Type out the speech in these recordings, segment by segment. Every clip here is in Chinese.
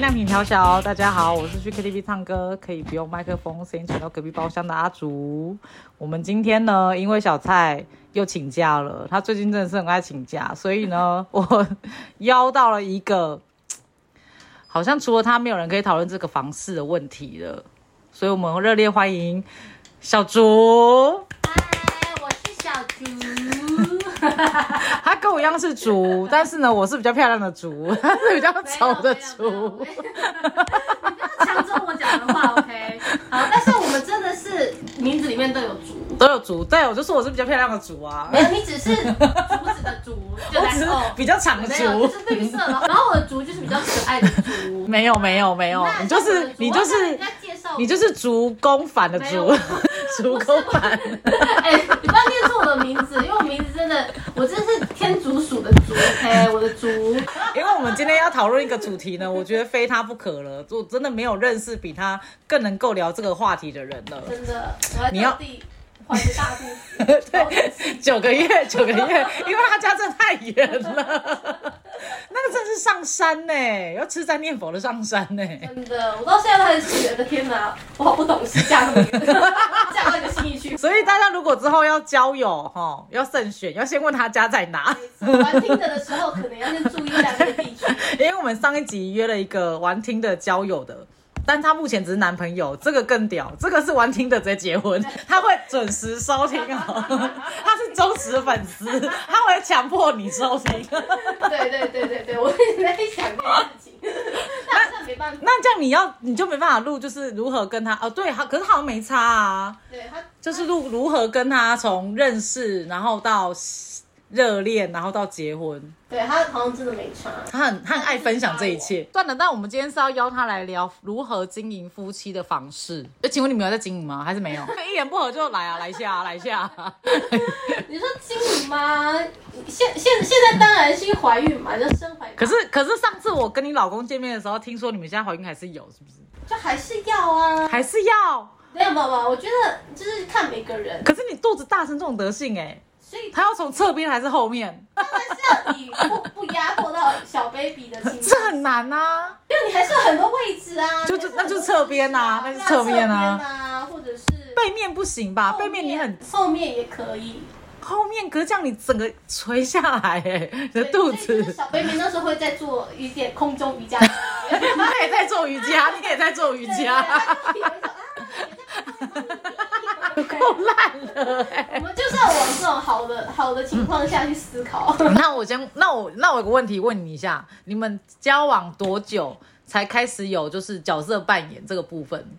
亮品调小，大家好，我是去 KTV 唱歌可以不用麦克风，声音传到隔壁包厢的阿竹。我们今天呢，因为小蔡又请假了，他最近真的是很爱请假，所以呢， 我邀到了一个，好像除了他，没有人可以讨论这个房事的问题了，所以我们热烈欢迎小竹。嗨，我是小 竹，她跟我一样是竹，但是呢，我是比较漂亮的竹，她是比较丑的没有竹。没有没有你不要强制我讲 的话，OK？好，但是我们真的是名字里面都有 竹，都有竹，对我就说我是比较漂亮的竹啊，没有，你只是竹子的竹，就我来只是哦，比较长没竹有，就。是绿色的，然后我的竹就是比较可爱的竹，没有没有没有，那你就是那你我的就竹我看人是家介绍我你就是竹公反的 没有竹竹我，公反。哎、你不要念错我的名字，因为我名字真的，我真是天竺鼠的竹，OK？我的竹，因为我们今天要讨论一个主题呢，我觉得非他不可了。我真的没有认识比他更能够聊这个话题的人 了。真的，我还你要特地怀个大 肚子，对，九个月，九个月，因为他家真的太远了， 那个真是上山呢、要吃斋念佛的上山呢、真的，我到现在都还是觉得天哪，我好不懂事，嫁给你，嫁到你的心意去。所以大家如果之后要交友哈、吼要慎选，要先问他家在哪。玩听的的时候，可能要先注意两个地区。 因为我们上一集约了一个玩听的交友的，但他目前只是男朋友，这个更屌，这个是玩听的直接结婚，他会准时收听哦， 他是忠实粉丝，他会强迫你收听。 对对对对对，我一直在想这件事情，但好像没办法。那这样你要你就没办法录，就是如何跟他哦，对，他可是好像没差啊，对他就是录如何跟他从认识，然后到热恋，然后到结婚。对他好像真的没差。他很他很爱分享这一切。算了，但我们今天是要邀他来聊如何经营夫妻的方式。哎，请问你们有在经营吗？还是没有？一言不合就来啊，来一下、啊，来一下、啊。你说经营吗？现现现在当然是怀孕嘛，就生怀孕，可是可是上次我跟你老公见面的时候，听说你们现在怀孕还是有，是不是？就还是要啊。还是要？没有没有没有，我觉得就是看每个人，可是你肚子大成这种德性、哎，所以他要从侧边还是后面？但是要你不不压迫到小 baby 的情绪 这很难啊。因为你还是有很多位置啊，就就你还是那就有很多侧边啊位置那就侧边啊对啊，侧边啊或者是背面不行吧？后背面你很后面也可以，后面，可是这样你整个垂下来、哎，你的对肚所以就是子。小 baby 那时候会在做一点空中瑜伽，你也在做瑜伽，你也在做瑜对伽。啊有一种啊有一种够烂了、 我欸。们就是要往这种好的好的情况下去思 考。那我先，那我那我有个问题问你一下，你们交往多久才开始有就是角色扮演这个部分？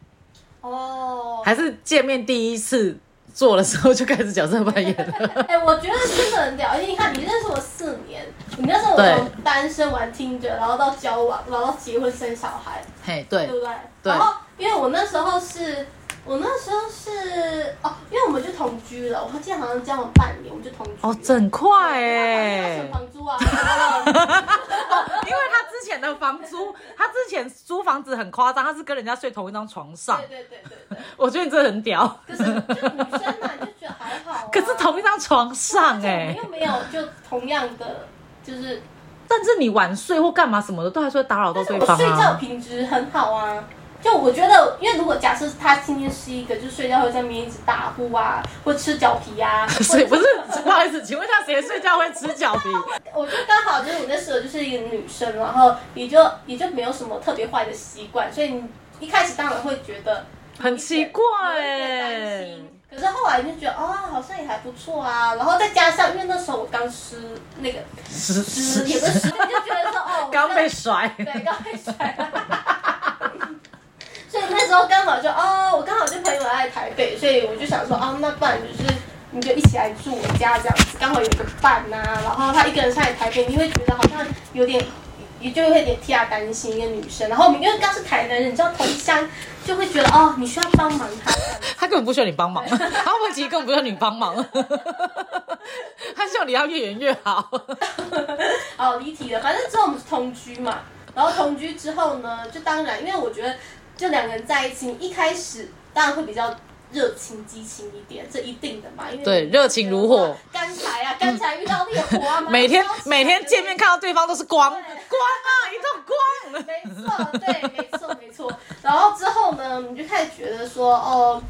哦，还是见面第一次做的时候就开始角色扮演 了？哎、我觉得真的很屌，因为你看，你认识我四年，你那时候对我从单身玩听着，然后到交往，然后到结婚生小孩，嘿，对对，不对？对然后因为我那时候是，我那时候是哦，因为我们就同居了，我记得好像交往半年，我们就同居了。哦，整块对哎、要省 房租啊！然后因为他之前的房租，他之前租房子很夸张，他是跟人家睡同一张床上对，对对对对。我觉得你这很屌。可是就女生嘛，你就觉得还好、啊。可是同一张床上我哎、们又没有就同样的，就是但是你晚睡或干嘛什么的，都还是会打扰到但是对我方睡觉啊。品质很好啊。就我觉得，因为如果假设他今天是一个，就睡觉会在那边一直打呼啊，或吃脚皮啊， 所以不是，不好意思，请问一下，谁睡觉会吃脚皮？我就刚好就是我那时候就是一个女生，然后也就也就没有什么特别坏的习惯，所以你一开始当然会觉得很奇怪欸担哎、 心。可是后来你就觉得哦，好像也还不错啊。然后再加上，因为那时候我刚失 那个失也不是失，你就觉得说哦，我刚被甩，对刚被甩 所以那时候刚好就哦，我刚好就朋友在台北，所以我就想说哦，那不然就是你就一起来住我家这样子，刚好有一个伴呐、然后他一个人上来台北，你会觉得好像有点。也就会有点替他担心一个女生，然后我们因为刚是台南人，你知道同乡就会觉得哦，你需要帮忙他，他根本不需要你帮忙，他问题根本不需要你帮 忙，他希望离他越远越 好。哦，离题了。反正之后我们是同居嘛，然后同居之后呢，就当然，因为我觉得就两个人在一起，你一开始当然会比较热情激情一点，这一定的嘛，因为对热情如火。嗯干柴啊，干柴遇到烈火啊，马上每天烧起来每天见面看到对方都是光光对啊，一道光。没错，对，没错，没错。然后之后呢，你就开始觉得说，哦，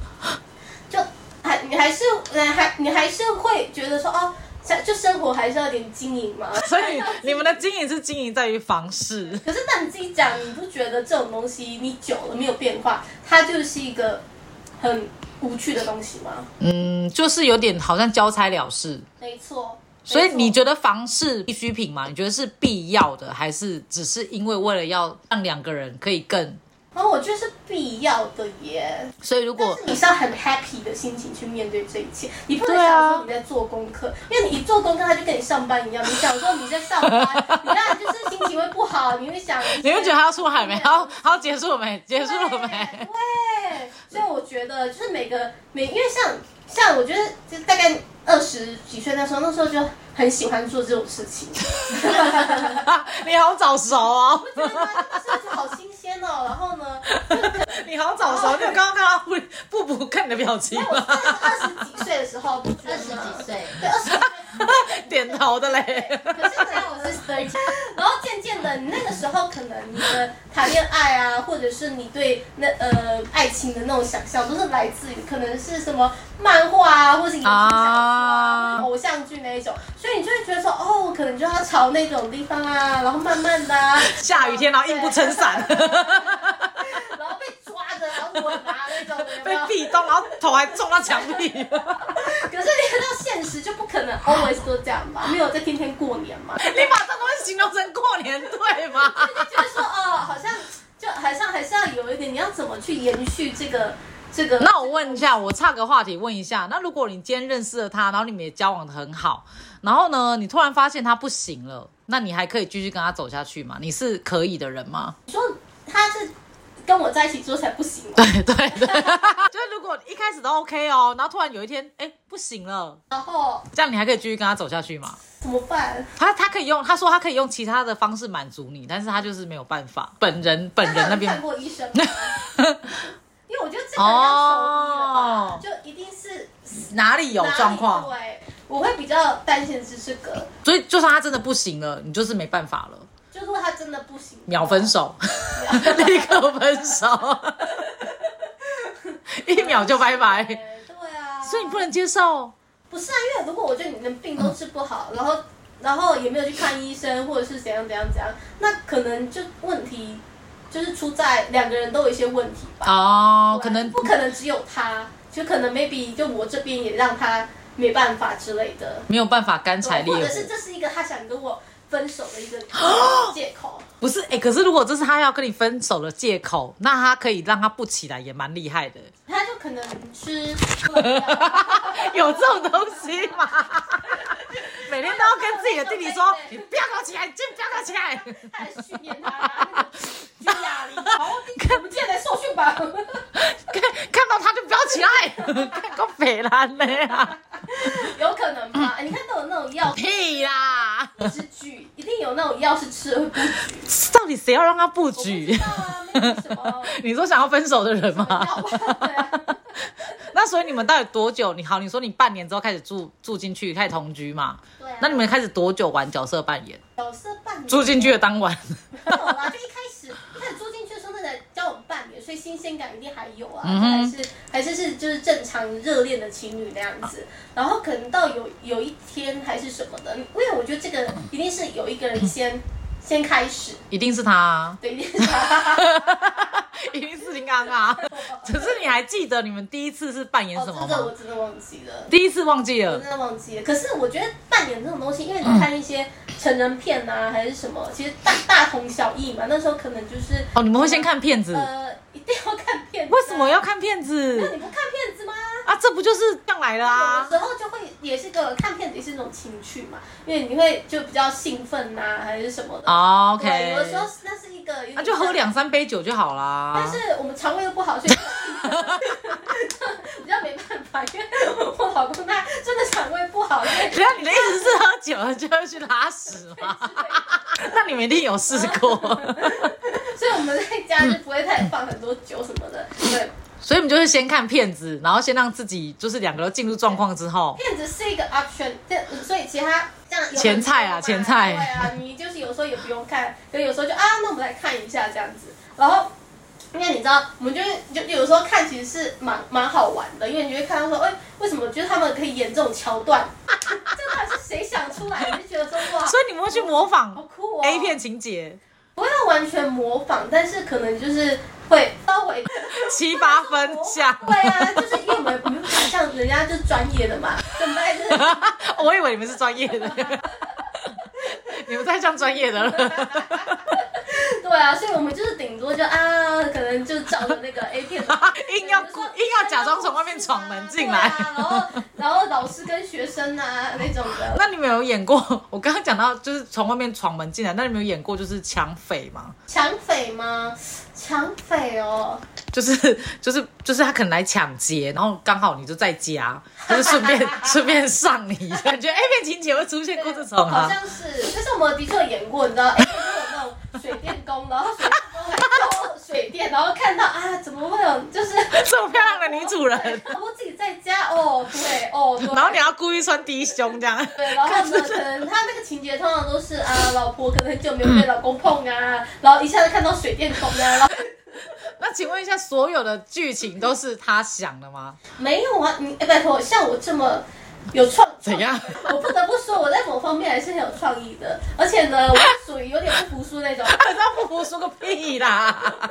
就还你还是你还你还是会觉得说，哦，像就生活还是要有点经营嘛。所以你们的经营是经营在于房事，可是当你自己讲，你不觉得这种东西你久了没有变化，它就是一个很无趣的东西吗？嗯，就是有点好像交差了事。没错。所以你就觉得房是必需品吗？你觉得是必要的，还是只是因为为了要让两个人可以更？然后我觉得是必要的耶。所以如但果是你是要很 happy 的心情去面对这一切，你不能对啊想说你在做功课，因为你一做功课，它就跟你上班一样。你想说你在上班，你当然就是心情会不好，你会想一 些，你会觉得他要出海没？对他要他要结束了没？结束了没？对，所以我觉得就是每个每，因为像像我觉得就大概二十几岁那时候，那时候就很喜欢做这种事情， 你好早熟哦，真的吗就是好新鲜哦。然后呢，你好早熟， 你有刚刚看到布布布看你的表情我 吗？是二十几岁的时候，二十几岁，对二十几岁。点头的嘞。可是可能我是 thirty，然后渐渐的，你那个时候可能你的谈恋爱啊，或者是你对那呃爱情的那种想象，都是来自于可能是什么漫画啊，或是言情小说啊，啊或者偶像剧那一种，所以你就会觉得说，哦，我可能就要朝那种地方啊，然后慢慢的、啊，下雨天然后对硬不撑 伞，然后被抓着，然后滚啊那种的，有没被有？壁咚，然后头还撞到墙壁。啊可是你到现实就不可能 always 都这样嘛，没有在天天过年嘛。你把这东西形容成过年对吗？ 就觉得说哦，好像就好像还是要有一点，你要怎么去延续这个这个？那我问一下，我岔个话题问一下，那如果你今天认识了他，然后你们也交往的很好，然后呢，你突然发现他不行了，那你还可以继续跟他走下去吗？你是可以的人吗？你说他是跟我在一起做才不行嘛？对对对， 就是如果一开始都 OK 哦，然后突然有一天，哎，不行了，然后这样你还可以继续跟他走下去吗？怎么办？他他可以用，他说他可以用其他的方式满足你，但是他就是没有办法，本人本人啊那你看边过医生吗？因为我觉得这个人要哦求医了吧，就一定是 哪里有哪里状况，对，我会比较担心的是这个，所以就算他真的不行了，你就是没办法了，就如果他真的不行，秒 分。 手。立刻分手，一秒就拜对拜。啊，所以你不能接受，不是啊，因为如果我觉得你的病都治不好，嗯然后然后也没有去看医生，或者是怎样怎样怎样，那可能就问题就是出在两个人都有一些问题吧。哦，可能不可能只有他，就可能 maybe 就我这边也让他没办法之类的，没有办法干柴对或烈者火是。这是一个他想跟我分手的一个借口。不是，哎、可是如果这是他要跟你分手的借口，那他可以让他不起来，也蛮厉害的。 他就可能吃不能聊有这种东西吗？ 每天都要跟自己的弟弟说：“你不要给我起来，你今天不要给我起来。他还训练他，那 个就压力。好，我们今天来受训吧。 看”看到他就不要起来， 看够北兰的 呀！有可能吧？哎你看都有那种药屁啦！之举，一定有那种药是吃而不举。到底谁要让他布我不知局？道啊，没有什么 你说想要分手的人吗？药吧？对啊， 那所以你们到底多久？你好，你说你半年之后开始住住进去，开始同居嘛？对啊。那你们开始多久玩角色扮演？角色扮演住进去的当晚， 没有啦，就一开始一开始住进去的时候，那个交往半年，所以新鲜感一定还有啊，嗯就哼还是还是是就是正常热恋的情侣那样子。然后可能到有有一天还是什么的，因为我觉得这个一定是有一个人先先开始，一定是他、 啊， 对，一定是他。一定是林刚 啊。可是你还记得你们第一次是扮演哦，什么这个我嗯吗？真的忘记了。第一次忘记我了真的忘记了。可是我觉得扮演这种东西，因为嗯你看一些成人片啊，还是什么，其实大大同小异嘛。那时候可能就是哦，你们会先看片子？呃，一定要看片子、啊为什么？要看片那子你不看片子吗？啊？这不就是上来了有啊的？时候就会也是个看片子也是一种情趣嘛，因为你会就比较兴奋呐、还是什么的。哦对，OK，有的时候那是一个有点那就喝两啊三杯酒就好但啦。是我们肠胃又不好，所以 比较没办法。因为我老公他真的肠胃不好，所 以不要，你的意思是喝酒了就要去拉屎吗？ 那你们一定有试过。所以我们在家就不会太放很多酒什么的，对。 所以我们就是先看片子，然后先让自己就是两个都进入状况之后，骗子是一个 option，这所以其他这样有很多前菜啊嘛前菜对啊，你就是有时候也不用看，可有时候就啊，那我们来看一下这样子，然后。因为你知道，我们就是就就有时候看，其实是蛮蛮好玩的，因为你就会看到说，哎、为什么就是他们可以演这种桥 段？这到底是谁想出来的？就觉得说哇， 所以你们会去模好仿酷哦 A 片情节，不会到完全模仿，但是可能就是会稍 微七八分像。对啊，就是因为我们没办法像人家就是专业的嘛， 对不对？就是 我以为你们是专业 的，你们太像专业的了。对啊，所以我们就是顶多就啊，可能就照着那个 A 片，硬要故硬要假装从外面闯门进来对啊、然后然后老师跟学生啊那种的， 那你们有演过？我刚刚讲到就是从外面闯门进来，那你们有演过就是抢匪吗？抢匪吗？抢匪哦，就是就是就是他可能来抢劫，然后刚好你就在家，就是顺便顺便上你，感觉 A 片情节会出现过这种好啊。像是，但是我们的确有演过，你知道，哎、就是有那种水电工，然后水电工来偷水电，然后看到啊，怎么会有就是。 这么漂亮的女主人，然后自己在家哦，对哦，对然后你要故意穿低胸这样， 对，然后呢，可能他那个情节通常都是啊，老婆可能很久没有被老公碰啊，然后一下子看到水电工啊，然后那请问一下，所有的剧情都是他想的吗？ 没有啊，你哎拜托，像我这么有创，怎 样？ 我不得不说，我在某方面还是很有创意的，而且呢，我是属于有点不服输那种，可是他不服输个屁啦！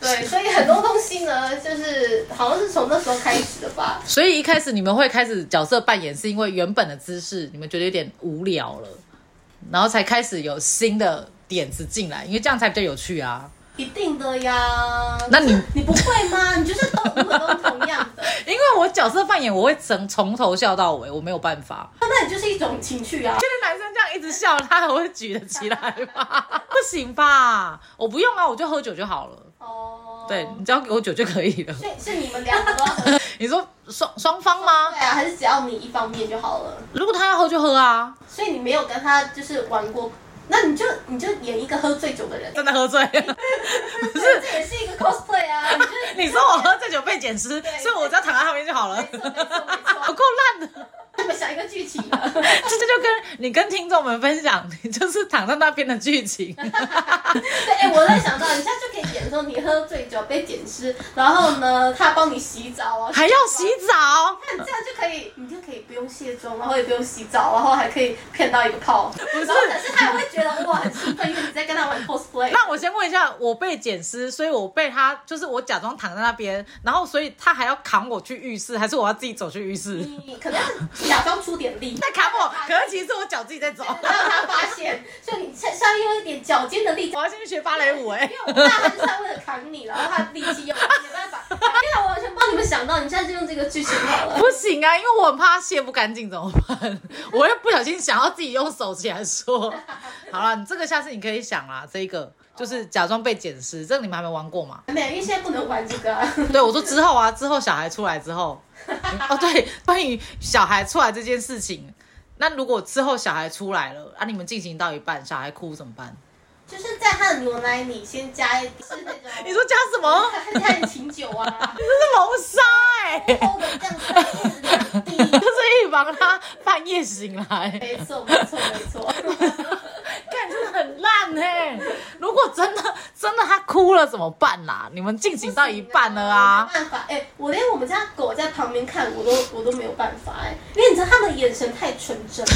对，所以很多东西呢，就是好像是从那时候开始的吧。所以一开始你们会开始角色扮演，是因为原本的姿势你们觉得有点无聊了，然后才开始有新的点子进来，因为这样才比较有趣啊。一定的呀，那你你不会吗？你就是都你会都同样的，因为我角色扮演，我会从从头笑到尾，我没有办法。那你就是一种情趣啊。就是男生这样一直笑，他还会举得起来吗？ 不行吧？我不用啊，我就喝酒就好了。哦，对，你只要给我酒就可以了。 所以是你们两个都要合你说双双方吗对？啊，还是只要你一方面就好了。如果他要喝就喝啊，所以你没有跟他就是玩过，那你就你就演一个喝醉酒的人，真的喝 醉了。不是这也是一个 cosplay 啊，你就是你说我喝醉酒被捡尸，所以我只要躺在旁边就好了没。 错没错没不错，够烂的，他们想一个剧情啊，这这就跟你跟听众们分享，你就是躺在那边的剧 情。对，哎、我在想到你现在就可以演说你喝醉酒被捡尸，然后呢他帮你洗澡啊，还要洗澡？那你这样就可以，你就可以不用卸妆，然后也不用洗澡，然后还可以骗到一个泡，不是，可是他也会觉得哇很兴奋，因为你在跟他玩 cosplay。那我先问一下，我被捡尸，所以我被他就是我假装躺在那边，然后所以他还要扛我去浴室，还是我要自己走去浴室？你可能要假装出点力， 在扛我， 可是其实我脚自己 在走。然后他发现，所以你稍稍微用一点脚尖的力，因我要先去学芭蕾舞哎、为我爸他就是为了扛你，然后他力气用没办法。天啊，我完全帮你们想到，你现在就用这个剧情好了。不行啊，因为我很怕卸不干净怎么办？我又不小心想要自己用手起来 说。好了，你这个下次你可以想啦，这一个就是假装被捡尸，这个你们还没玩过吗？没有，因为现在不能玩这个啊、 对，我说之后啊，之后小孩出来之后，哦对，关于小孩出来这件事情，那如果之后小孩出来了啊，你们进行到一半，小孩哭怎么办？ 就是在他的牛奶里先加一是那种， 你说加什 么？加点清酒啊，这是谋杀哎、欸， 偷的这样 子两滴就。是预防他半夜醒来。 没错，没错，没错。看真的很烂哎、如果真的真的他哭了怎么办啦、你们进行到一半了啊没，办法，哎、我连我们家狗在旁边看我都我都没有办法哎、因为你知道他们的眼神太纯真了。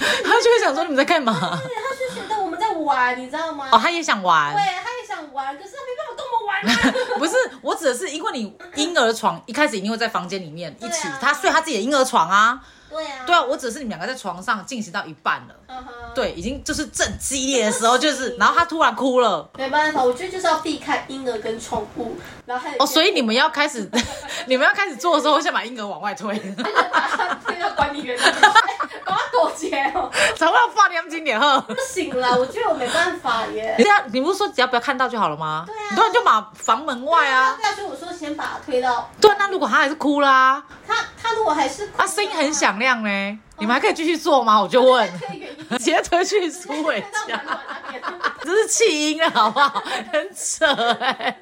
他就会想说你们在干嘛？对，他是觉得我们在玩，你知道吗？哦，他也想玩对，。他也想玩，可是他没办法跟我们玩啊。 不是，我指的是因为你婴儿床一开始一定会在房间里面一起对啊，他睡他自己的婴儿床啊。对啊，对啊，我只是你们两个在床上进行到一半了，嗯哼，对，已经就是正激烈的时候， 就是，然后他突然哭了，没办法，我觉得就是要避开婴儿跟宠物，然后还有哦，所以你们要开始， 你们要开始做的时候，先把婴儿往外推， 把它推到管理员那边去，把它狗结哦，才会发亮经典呵。不行啦，我觉得我没办法耶。对啊，你不是说只要不要看到就好了吗？对啊你突然就把房门外啊。对啊，所以我说先把它推到对啊，那如果他还是哭啦、啊，他，他如果还是哭的话声音很，响亮呢，你们还可以继续做吗？我就问， 推远一点，直接推去苏伟推到家管，管那边。啊这是弃婴了好不好？很扯哎、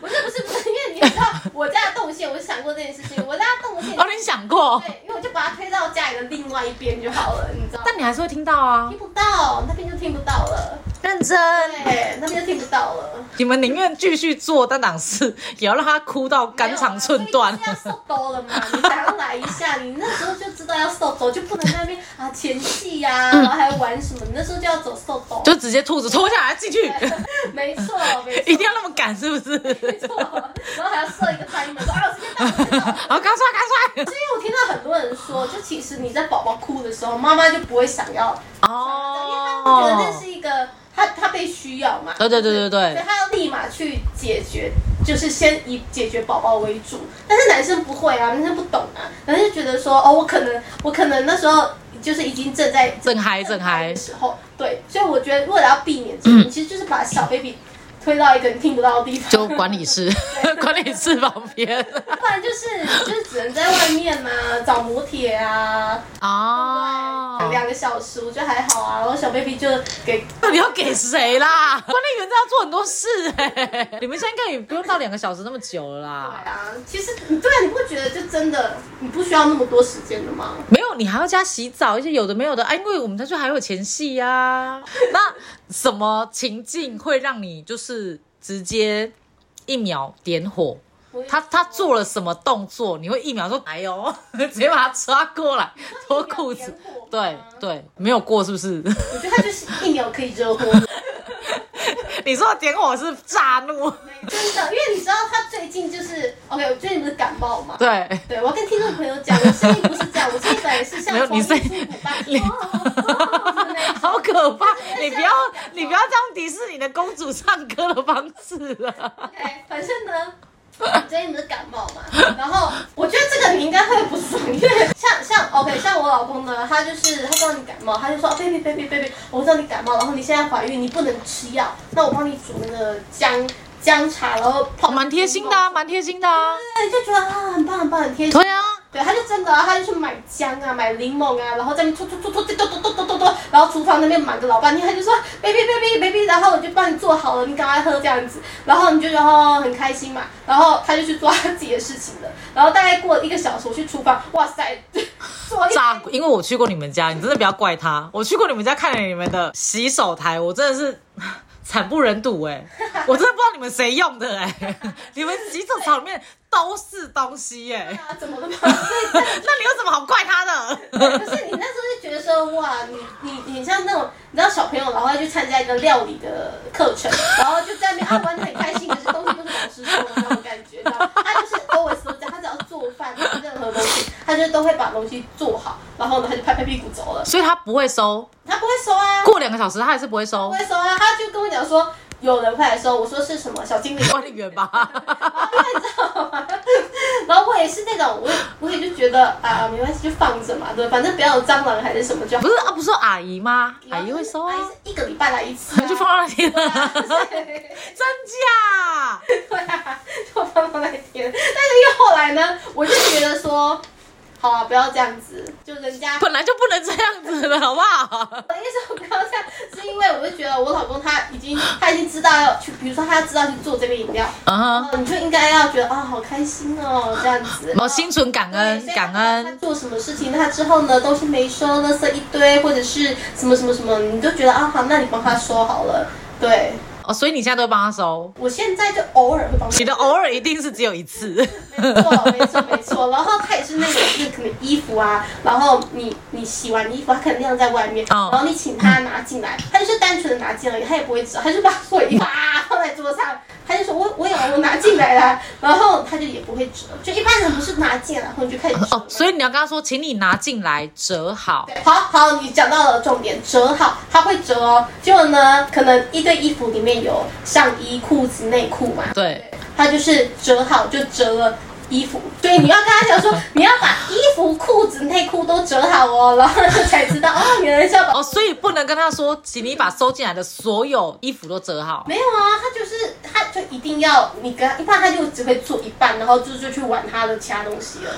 不是不是不是，因为你因为你知道我家的动线，我想过这件事情，我家的动线哦，你想过？对，因为我就把它推到家里的另外一边就好了， 你知道吗？但你还是会听到啊听。不到，那边就听不到了，认真，对，那边就听不到了。你们宁愿继续做那档事，也要让他哭到肝肠寸断没。有啊所以就是要瘦多了嘛，你想要来一下，你那时候就知道要瘦多，就不能在那边啊前戏呀、然后还玩什么，你那时候就要走瘦 多。就直接兔子脱下来 进去，没错，没错，一定要那么赶，是不是？没错。然后还要设一个 timer，说啊，我时间到了，时间到了。好，赶快，赶因为我听到很多人说，就其实你在宝宝哭的时候，妈妈就不会想要，快！因为她会觉得那哦，是一个她她被需要嘛。对对对对所以对，他要立马去解决，就是先以解决宝宝为主。但是男生不会啊，男生不懂啊，男生就觉得说，哦，我可能我可能那时候就是已经正在正嗨正嗨的，时候，对，所以我觉得为了要避免这个，嗯你其实就是把小 baby 推到一个你听不到的地方，就管理室， 管理室旁边不然就是就是只能在外面啊找磨铁啊， 哦。两个小时我觉得还好啊，然后小 baby 就给到底要给谁啦？管理员这要做很多事哎、你们现在应该也不用到两个小时那么久了对啦。啊，其实对啊，你不觉得就真的你不需要那么多时间的吗？没有，你还要加洗澡，一些有的没有的啊，因为我们在这还有前戏呀、那什么情境会让你就是直接一秒点火？我也他他做了什么动作？你会一秒说“哎呦”， 直接把他抓过来脱裤子。对对，没有过是不是？ 我觉得他就是一秒可以惹火，你说的点火是炸怒？真的，因为你知道他最近就是 OK，我最近不是感冒嘛。对，对，我要跟听众朋友讲，我声音不是这样，我声音本来是像没有黄你莺出声古巴，你哦真的 好可怕！你不要你不要这样迪士尼的公主唱歌的方式啊 了。 OK，反哎正呢，我最近不是感冒嘛，然后我觉得这个你应该会不爽，因为像像 OK，像我老公呢，他就是他知道你感冒，他就说、哦 baby baby baby，我知道你感冒，然后你现在怀孕，你不能吃药，那我帮你煮那个姜姜茶，然后泡蛮贴心的、啊，蛮贴心的、啊。对，就觉得啊，很棒很棒，很贴心。对啊，对，他就真的、啊，他就去买姜啊，买柠檬啊，然后在那边搓搓搓搓搓搓搓搓搓搓，然后厨房那边忙个老半天，他就说 baby baby baby，然后我就帮你做好了，你赶快喝这样子，然后你就觉得哦很开心嘛，然后他就去做他自己的事情了，然后大概过了一个小时，我去厨房，哇塞，做一炸！因为我去过你们家，你真的不要怪他。我去过你们家看了你们的洗手台，我真的是 惨不忍睹哎、我真的不知道你们谁用的哎、 你们洗手槽里面都是东西哎、啊，怎 么了嘛？所以 那你有什么好怪他的？ 可是你那时候就觉得说，哇，你你你像那种，你知道小朋友，然后要去参加一个料理的课程，然后就在那边啊玩的很开心，可是东西都是老师做的那种感觉，你知道吗？他就是 always 都这样，他只要做饭或是任何东西，他就都会把东西做好，然后呢他就拍拍屁股走了，所以他不会收，他不会收啊，过两个小时他还是不会收不，会收啊，他就跟我讲说有人会来收，我说是什么小精灵。 管理员吧。然后我也是那种，我也我也就觉得啊，没关系，就放着嘛，对，反正不要有蟑螂还是什么就好。不是啊，不是说阿姨吗？阿姨会收啊阿姨，是一个礼拜来一次、啊，就放那天啊了， 对真假？对啊，就放到那一天。但是因为后来呢，我就觉得说，好啊，不要这样子，就 人家。本来就不能这样子了，好不好？ 我的意思，我不要这样，是因为我就觉得我老公他已经他已经知道要去，比如说他知道去做这个饮料，嗯然哼，后你就应该要觉得啊、好开心哦，这样 子。我心存感恩，对感。所以他恩。做什么事情，他之后呢，东西没收，垃圾一堆，或者是什么什么什么，你就觉得啊，好，那你帮他收好了。对哦，所以你现在都会帮他收，我现在就偶尔会帮他收你的偶尔一定是只有一次。没错，没错，没错。然后它也是那种，就是可能衣服啊，然后你你洗完衣服，它可能晾在外面，哦然后你请他拿进来，他就是单纯的拿进来，他也不会找，他就把所有衣服啊放在桌上，他就说我我有我拿进来啦，然后他就也不会折，就一般人不是拿进来然后你就开始折 哦，所以你要跟他说，请你拿进来折好。对，好好，你讲到了重点，折好，它会折哦。结果呢，可能一堆衣服里面有上衣、裤子、内裤嘛，对，它就是折好就折了衣服，所以你要跟他讲说，你要把衣服、裤子、内裤都折好哦，然后他才知道哦，原来是要把 哦，所以不能跟他说，请你把收进来的所有衣服都折好。没有啊，他就是他就一定要你跟他，一般他就只会做一半，然后就就去玩他的其他东西了，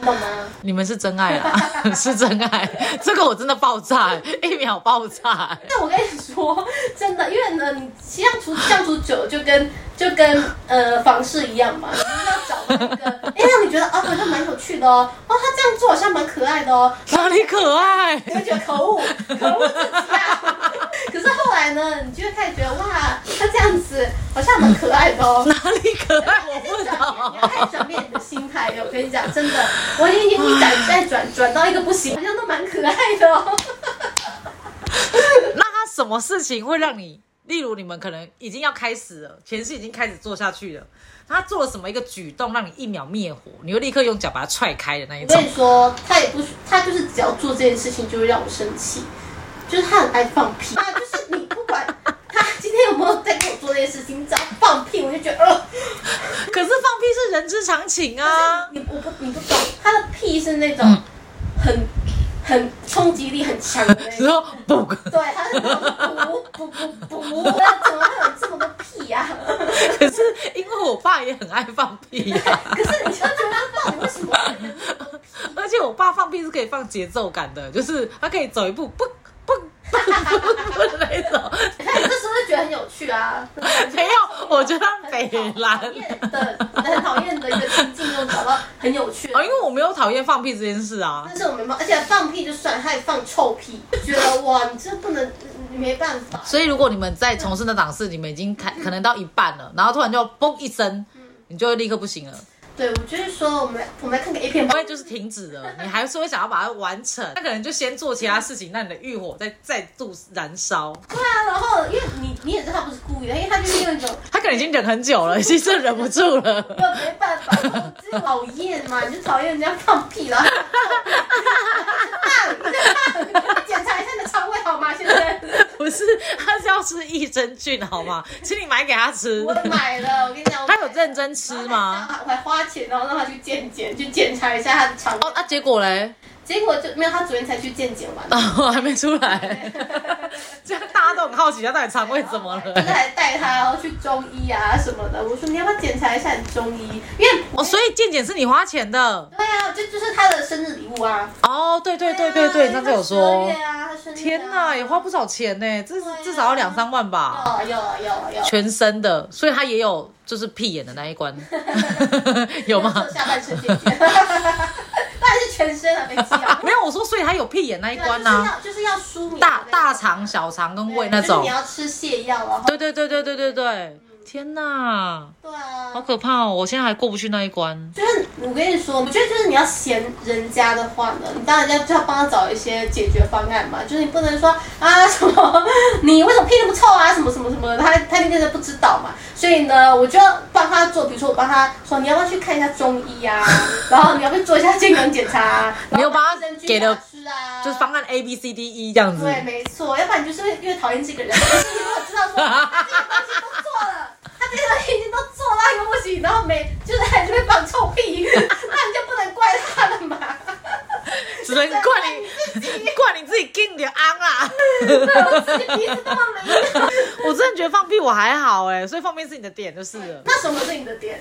你懂吗？你们是真爱 啊，是真爱。这个我真的爆炸，一秒爆炸。但我跟你说，真的，因为呢，你相处相处久，就跟就跟呃房事一样嘛，你找到一个， 哎，让你觉得哦，好像蛮有趣的哦，哦，他这样做好像蛮可爱的哦，哪里可爱？ 你会觉得可恶，可恶自己啊！ 可是后来呢，你就会开始觉得哇，他这样子好像蛮可爱的哦。哪里可爱？我你不知要道。开始转变你的心态了，我跟你讲，真的，我已经一转再转转到一个不行，好像都蛮可爱的哦。那他什么事情会让你？例如你们可能已经要开始了，前戏已经开始做下去了，他做了什么一个举动让你一秒灭火，你会立刻用脚把他踹开的那一 我种跟你？说，他也不，他就是只要做这件事情就会让我生气，就是他很爱放屁啊，就是你不管他今天有没有在跟我做这件事情，你只要放屁，我就觉得呃。可是放屁是人之常情啊！你我不你不懂，他的屁是那种嗯很很冲击力很强的那然种。后不， 对，他是那种补补补补，那怎么会有这么多屁呀、可是因为我爸也很爱放屁呀、可是你就觉得到底为什么会有这么多屁？ 而且我爸放屁是可以放节奏感的，就是他可以走一步， 不不不不的那一种。看你这时候就觉得很有趣啊， 没有，我觉得他很北讨蓝。厌的，很讨厌的一个情境中找到很有趣的哦，因。为我没有讨厌放屁这件事啊。但是我没办法，而且放屁就算，还放臭屁，就觉得哇，你这不能，你没办法。所以如果你们在从事那档事，你们已经开可能到一半了，然后突然就嘣一声，你就会立刻不行了，对，我就是说，我们来我们来看个 A 片不吧。会就是停止了，你还是会想要把它完成。那可能就先做其他事情，让你的欲火再再度燃烧。对啊，然后因为你你也知道他不是故意的，因为他就是用一种他可能已经忍很久了，已经是忍不住了。没有没办法，我就是讨厌嘛，你就讨厌人家放 屁了。检查一下你的肠胃好吗，先生？不是，他是要吃益生菌，好吗？请你买给他吃。我买了，我跟你讲，他有认真吃吗？？还花钱，然后让他去健检，去检查一下他的肠胃哦，。那、结果嘞？结果就没有，他昨天才去健检完。哦，还没出来。 这样大家都很好奇，他到底肠胃怎么就是了？还带他，然后去中医啊什么的。我说你要不要检查一下你中医？因为 哦，所以健检是你花钱的。对啊，这就是他的生日礼物啊。哦，对对对对对，你上次有因为说他12。月啊，他生日啊天哪，也花不少钱呢，至对啊至少要两三万吧。哦有有有有，全身的，所以他也有就是屁眼的那一关， 有吗？下半身解决，当然是全身啊，没必 要。没有，我说所以他有屁眼那一对关呐、啊，就是要就是要舒眠的那大种，大肠、小肠跟胃对那就是种你。要吃泻药，然后对对对对对对对，天哪，对啊好。可怕哦！我现在还过不去那一关。就是我跟你说，我觉得就是你要嫌人家的话呢，你当然要就要帮他找一些解决方案嘛。就是你不能说啊什么，你为什么屁那么臭啊，什么什么什么的，他他那个不知道嘛。所以呢，我就要帮他做，比如说我帮他说，你要不要去看一下中医啊，然后你要不要做一下健康检查、 啊，你有帮他然后给的益生菌啊吃啊，就是方案 A B C D E 这样子。对，没错，要不然你就是会越讨厌这个人。 但是你如果知道说哦他这些东西都做了，他这些东西已经都做了，他又不行，然后每就是他就会放臭屁，那你就不能怪他了嘛。 只能怪你，怪你自己劲的昂啦。对，我自己鼻子那么灵。我真的觉得放屁我还好哎、所以放屁是你的点就是了。那什么是你的点？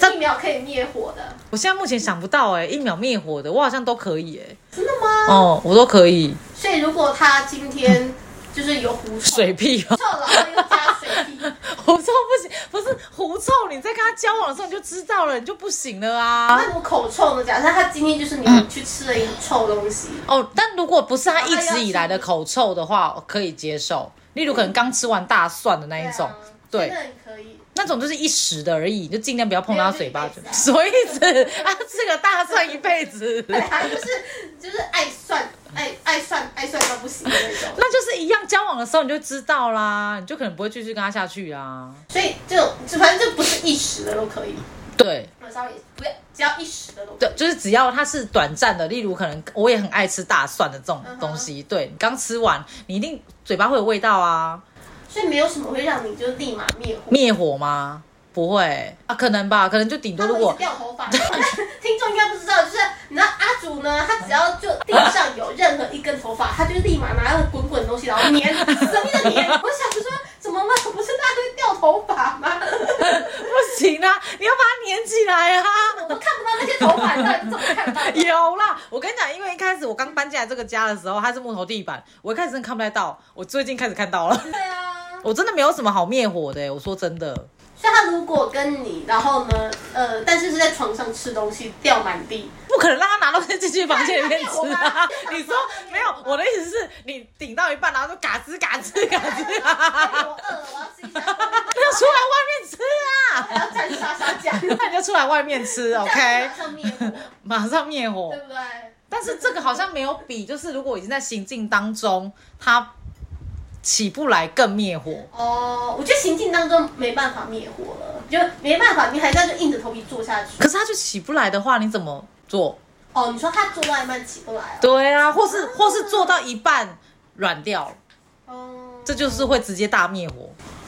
这一秒可以灭火的，我现在目前想不到哎、一秒灭火的，我好像都可以哎、真的吗？哦，我都可以，所以如果他今天就是有狐臭，水屁啊臭，然后又加水屁，狐臭不行，不是狐臭，你在跟他交往的时候你就知道了，你就不行了啊。那我口臭呢？假设他今天就是你去吃了一个臭东西，哦，但如果不是他一直以来的口臭的话，我可以接受。例如可能刚吃完大蒜的那一种，对对啊，那你可以。那种就是一时的而已，你就尽量不要碰到他嘴巴没有就一。辈 所以子，他吃个大蒜一辈子，对啊，就是就是爱算爱爱算爱算到不行的那种。 那就是一样。交往的时候你就知道啦，你就可能不会继续跟他下去啊啦。所以这种就反正就不是一时的都可以，对稍微不要只要一时的都可以。对，就是只要他是短暂的，例如可能我也很爱吃大蒜的这种东西，对你刚吃完，你一定嘴巴会有味道啊。所以没有什么会让你就立马灭火。灭火吗？不会啊，可能吧，可能就顶多他如会一果直掉头发， 听众应该不知道，就是你知道阿祖呢，他只要就地上有任何一根头发，他就立马拿那个滚滚的东西，然后粘， 死命的粘。我想说，怎么了？不是大家会掉头发吗？ 不行啊，你要把它粘起来啊。我都看不到那些头发，你到底怎么看到的？ 有啦，我跟你讲，因为一开始我刚搬进来这个家的时候，它是木头地板，我一开始真的看 不太到，我最近开始看到了。对啊。我真的没有什么好灭火的、我说真的，所以但他如果跟你，然后呢，呃，但是是在床上吃东西掉满地，不可能让他拿到进去房间里面对吃他啊没有！ 你说没有？我的意思是你顶到一半，然后就嘎吱嘎吱嘎吱哎啊， 我饿了，我要吃一下，要出来外面吃我 啊！要蘸沙沙酱那你就出来外面吃，OK？马上灭火， 马上灭火对。不对？但是这个好像没有比，就是如果已经在行进当中，他起不来更灭火。哦，我觉得行进当中没办法灭火了，就没办法，你还在这硬着头皮做下去。可是他就起不来的话，你怎么做？哦，你说他做外卖起不来哦？对啊，或是或是做到一半软掉了，哦，这就是会直接大灭火。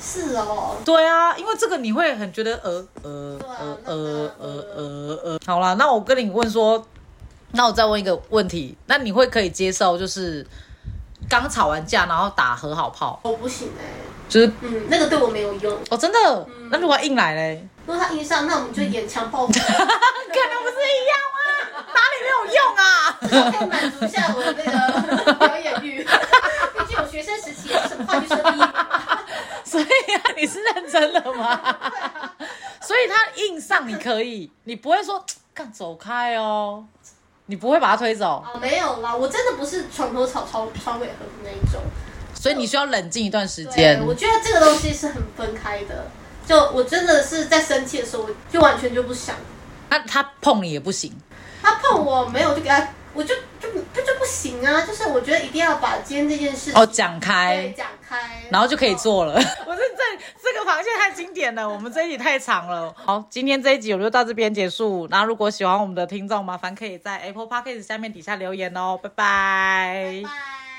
是哦，对啊，因为这个你会很觉得呃呃对啊呃那呃那呃呃呃。好啦，那我跟你问说，那我再问一个问题，那你会可以接受就是刚吵完架然后打和好炮，我不行哎、就是嗯，那个对我没有用。哦真的？那如果硬来嘞？如果他硬上，那我们就演强暴。可能不是一样吗？哪里没有用啊？可以满足一下我的那个表演 欲。毕竟我学生时期也是什么话剧社第一名嘛。 所以啊，你是认真的吗？所以他硬上你可以，你不会说干走开哦，你不会把他推走，啊，没有啦，我真的不是床头吵床床尾和的那一种。所以你需要冷静一段时间对，。我觉得这个东西是很分开的。就我真的是在生气的时候，我就完全就不想。那他碰你也不行，他碰我没有，就给他，我就就就就不行啊！就是我觉得一定要把今天这件事情哦，讲对开，讲开，然后就可以。做了。 我是这这个螃蟹太经典了，我们这一集太长了。 好，今天这一集我们就到这边结束。那如果喜欢我们的听众，麻烦可以在 Apple Podcast 下面底下留言哦，拜拜拜拜。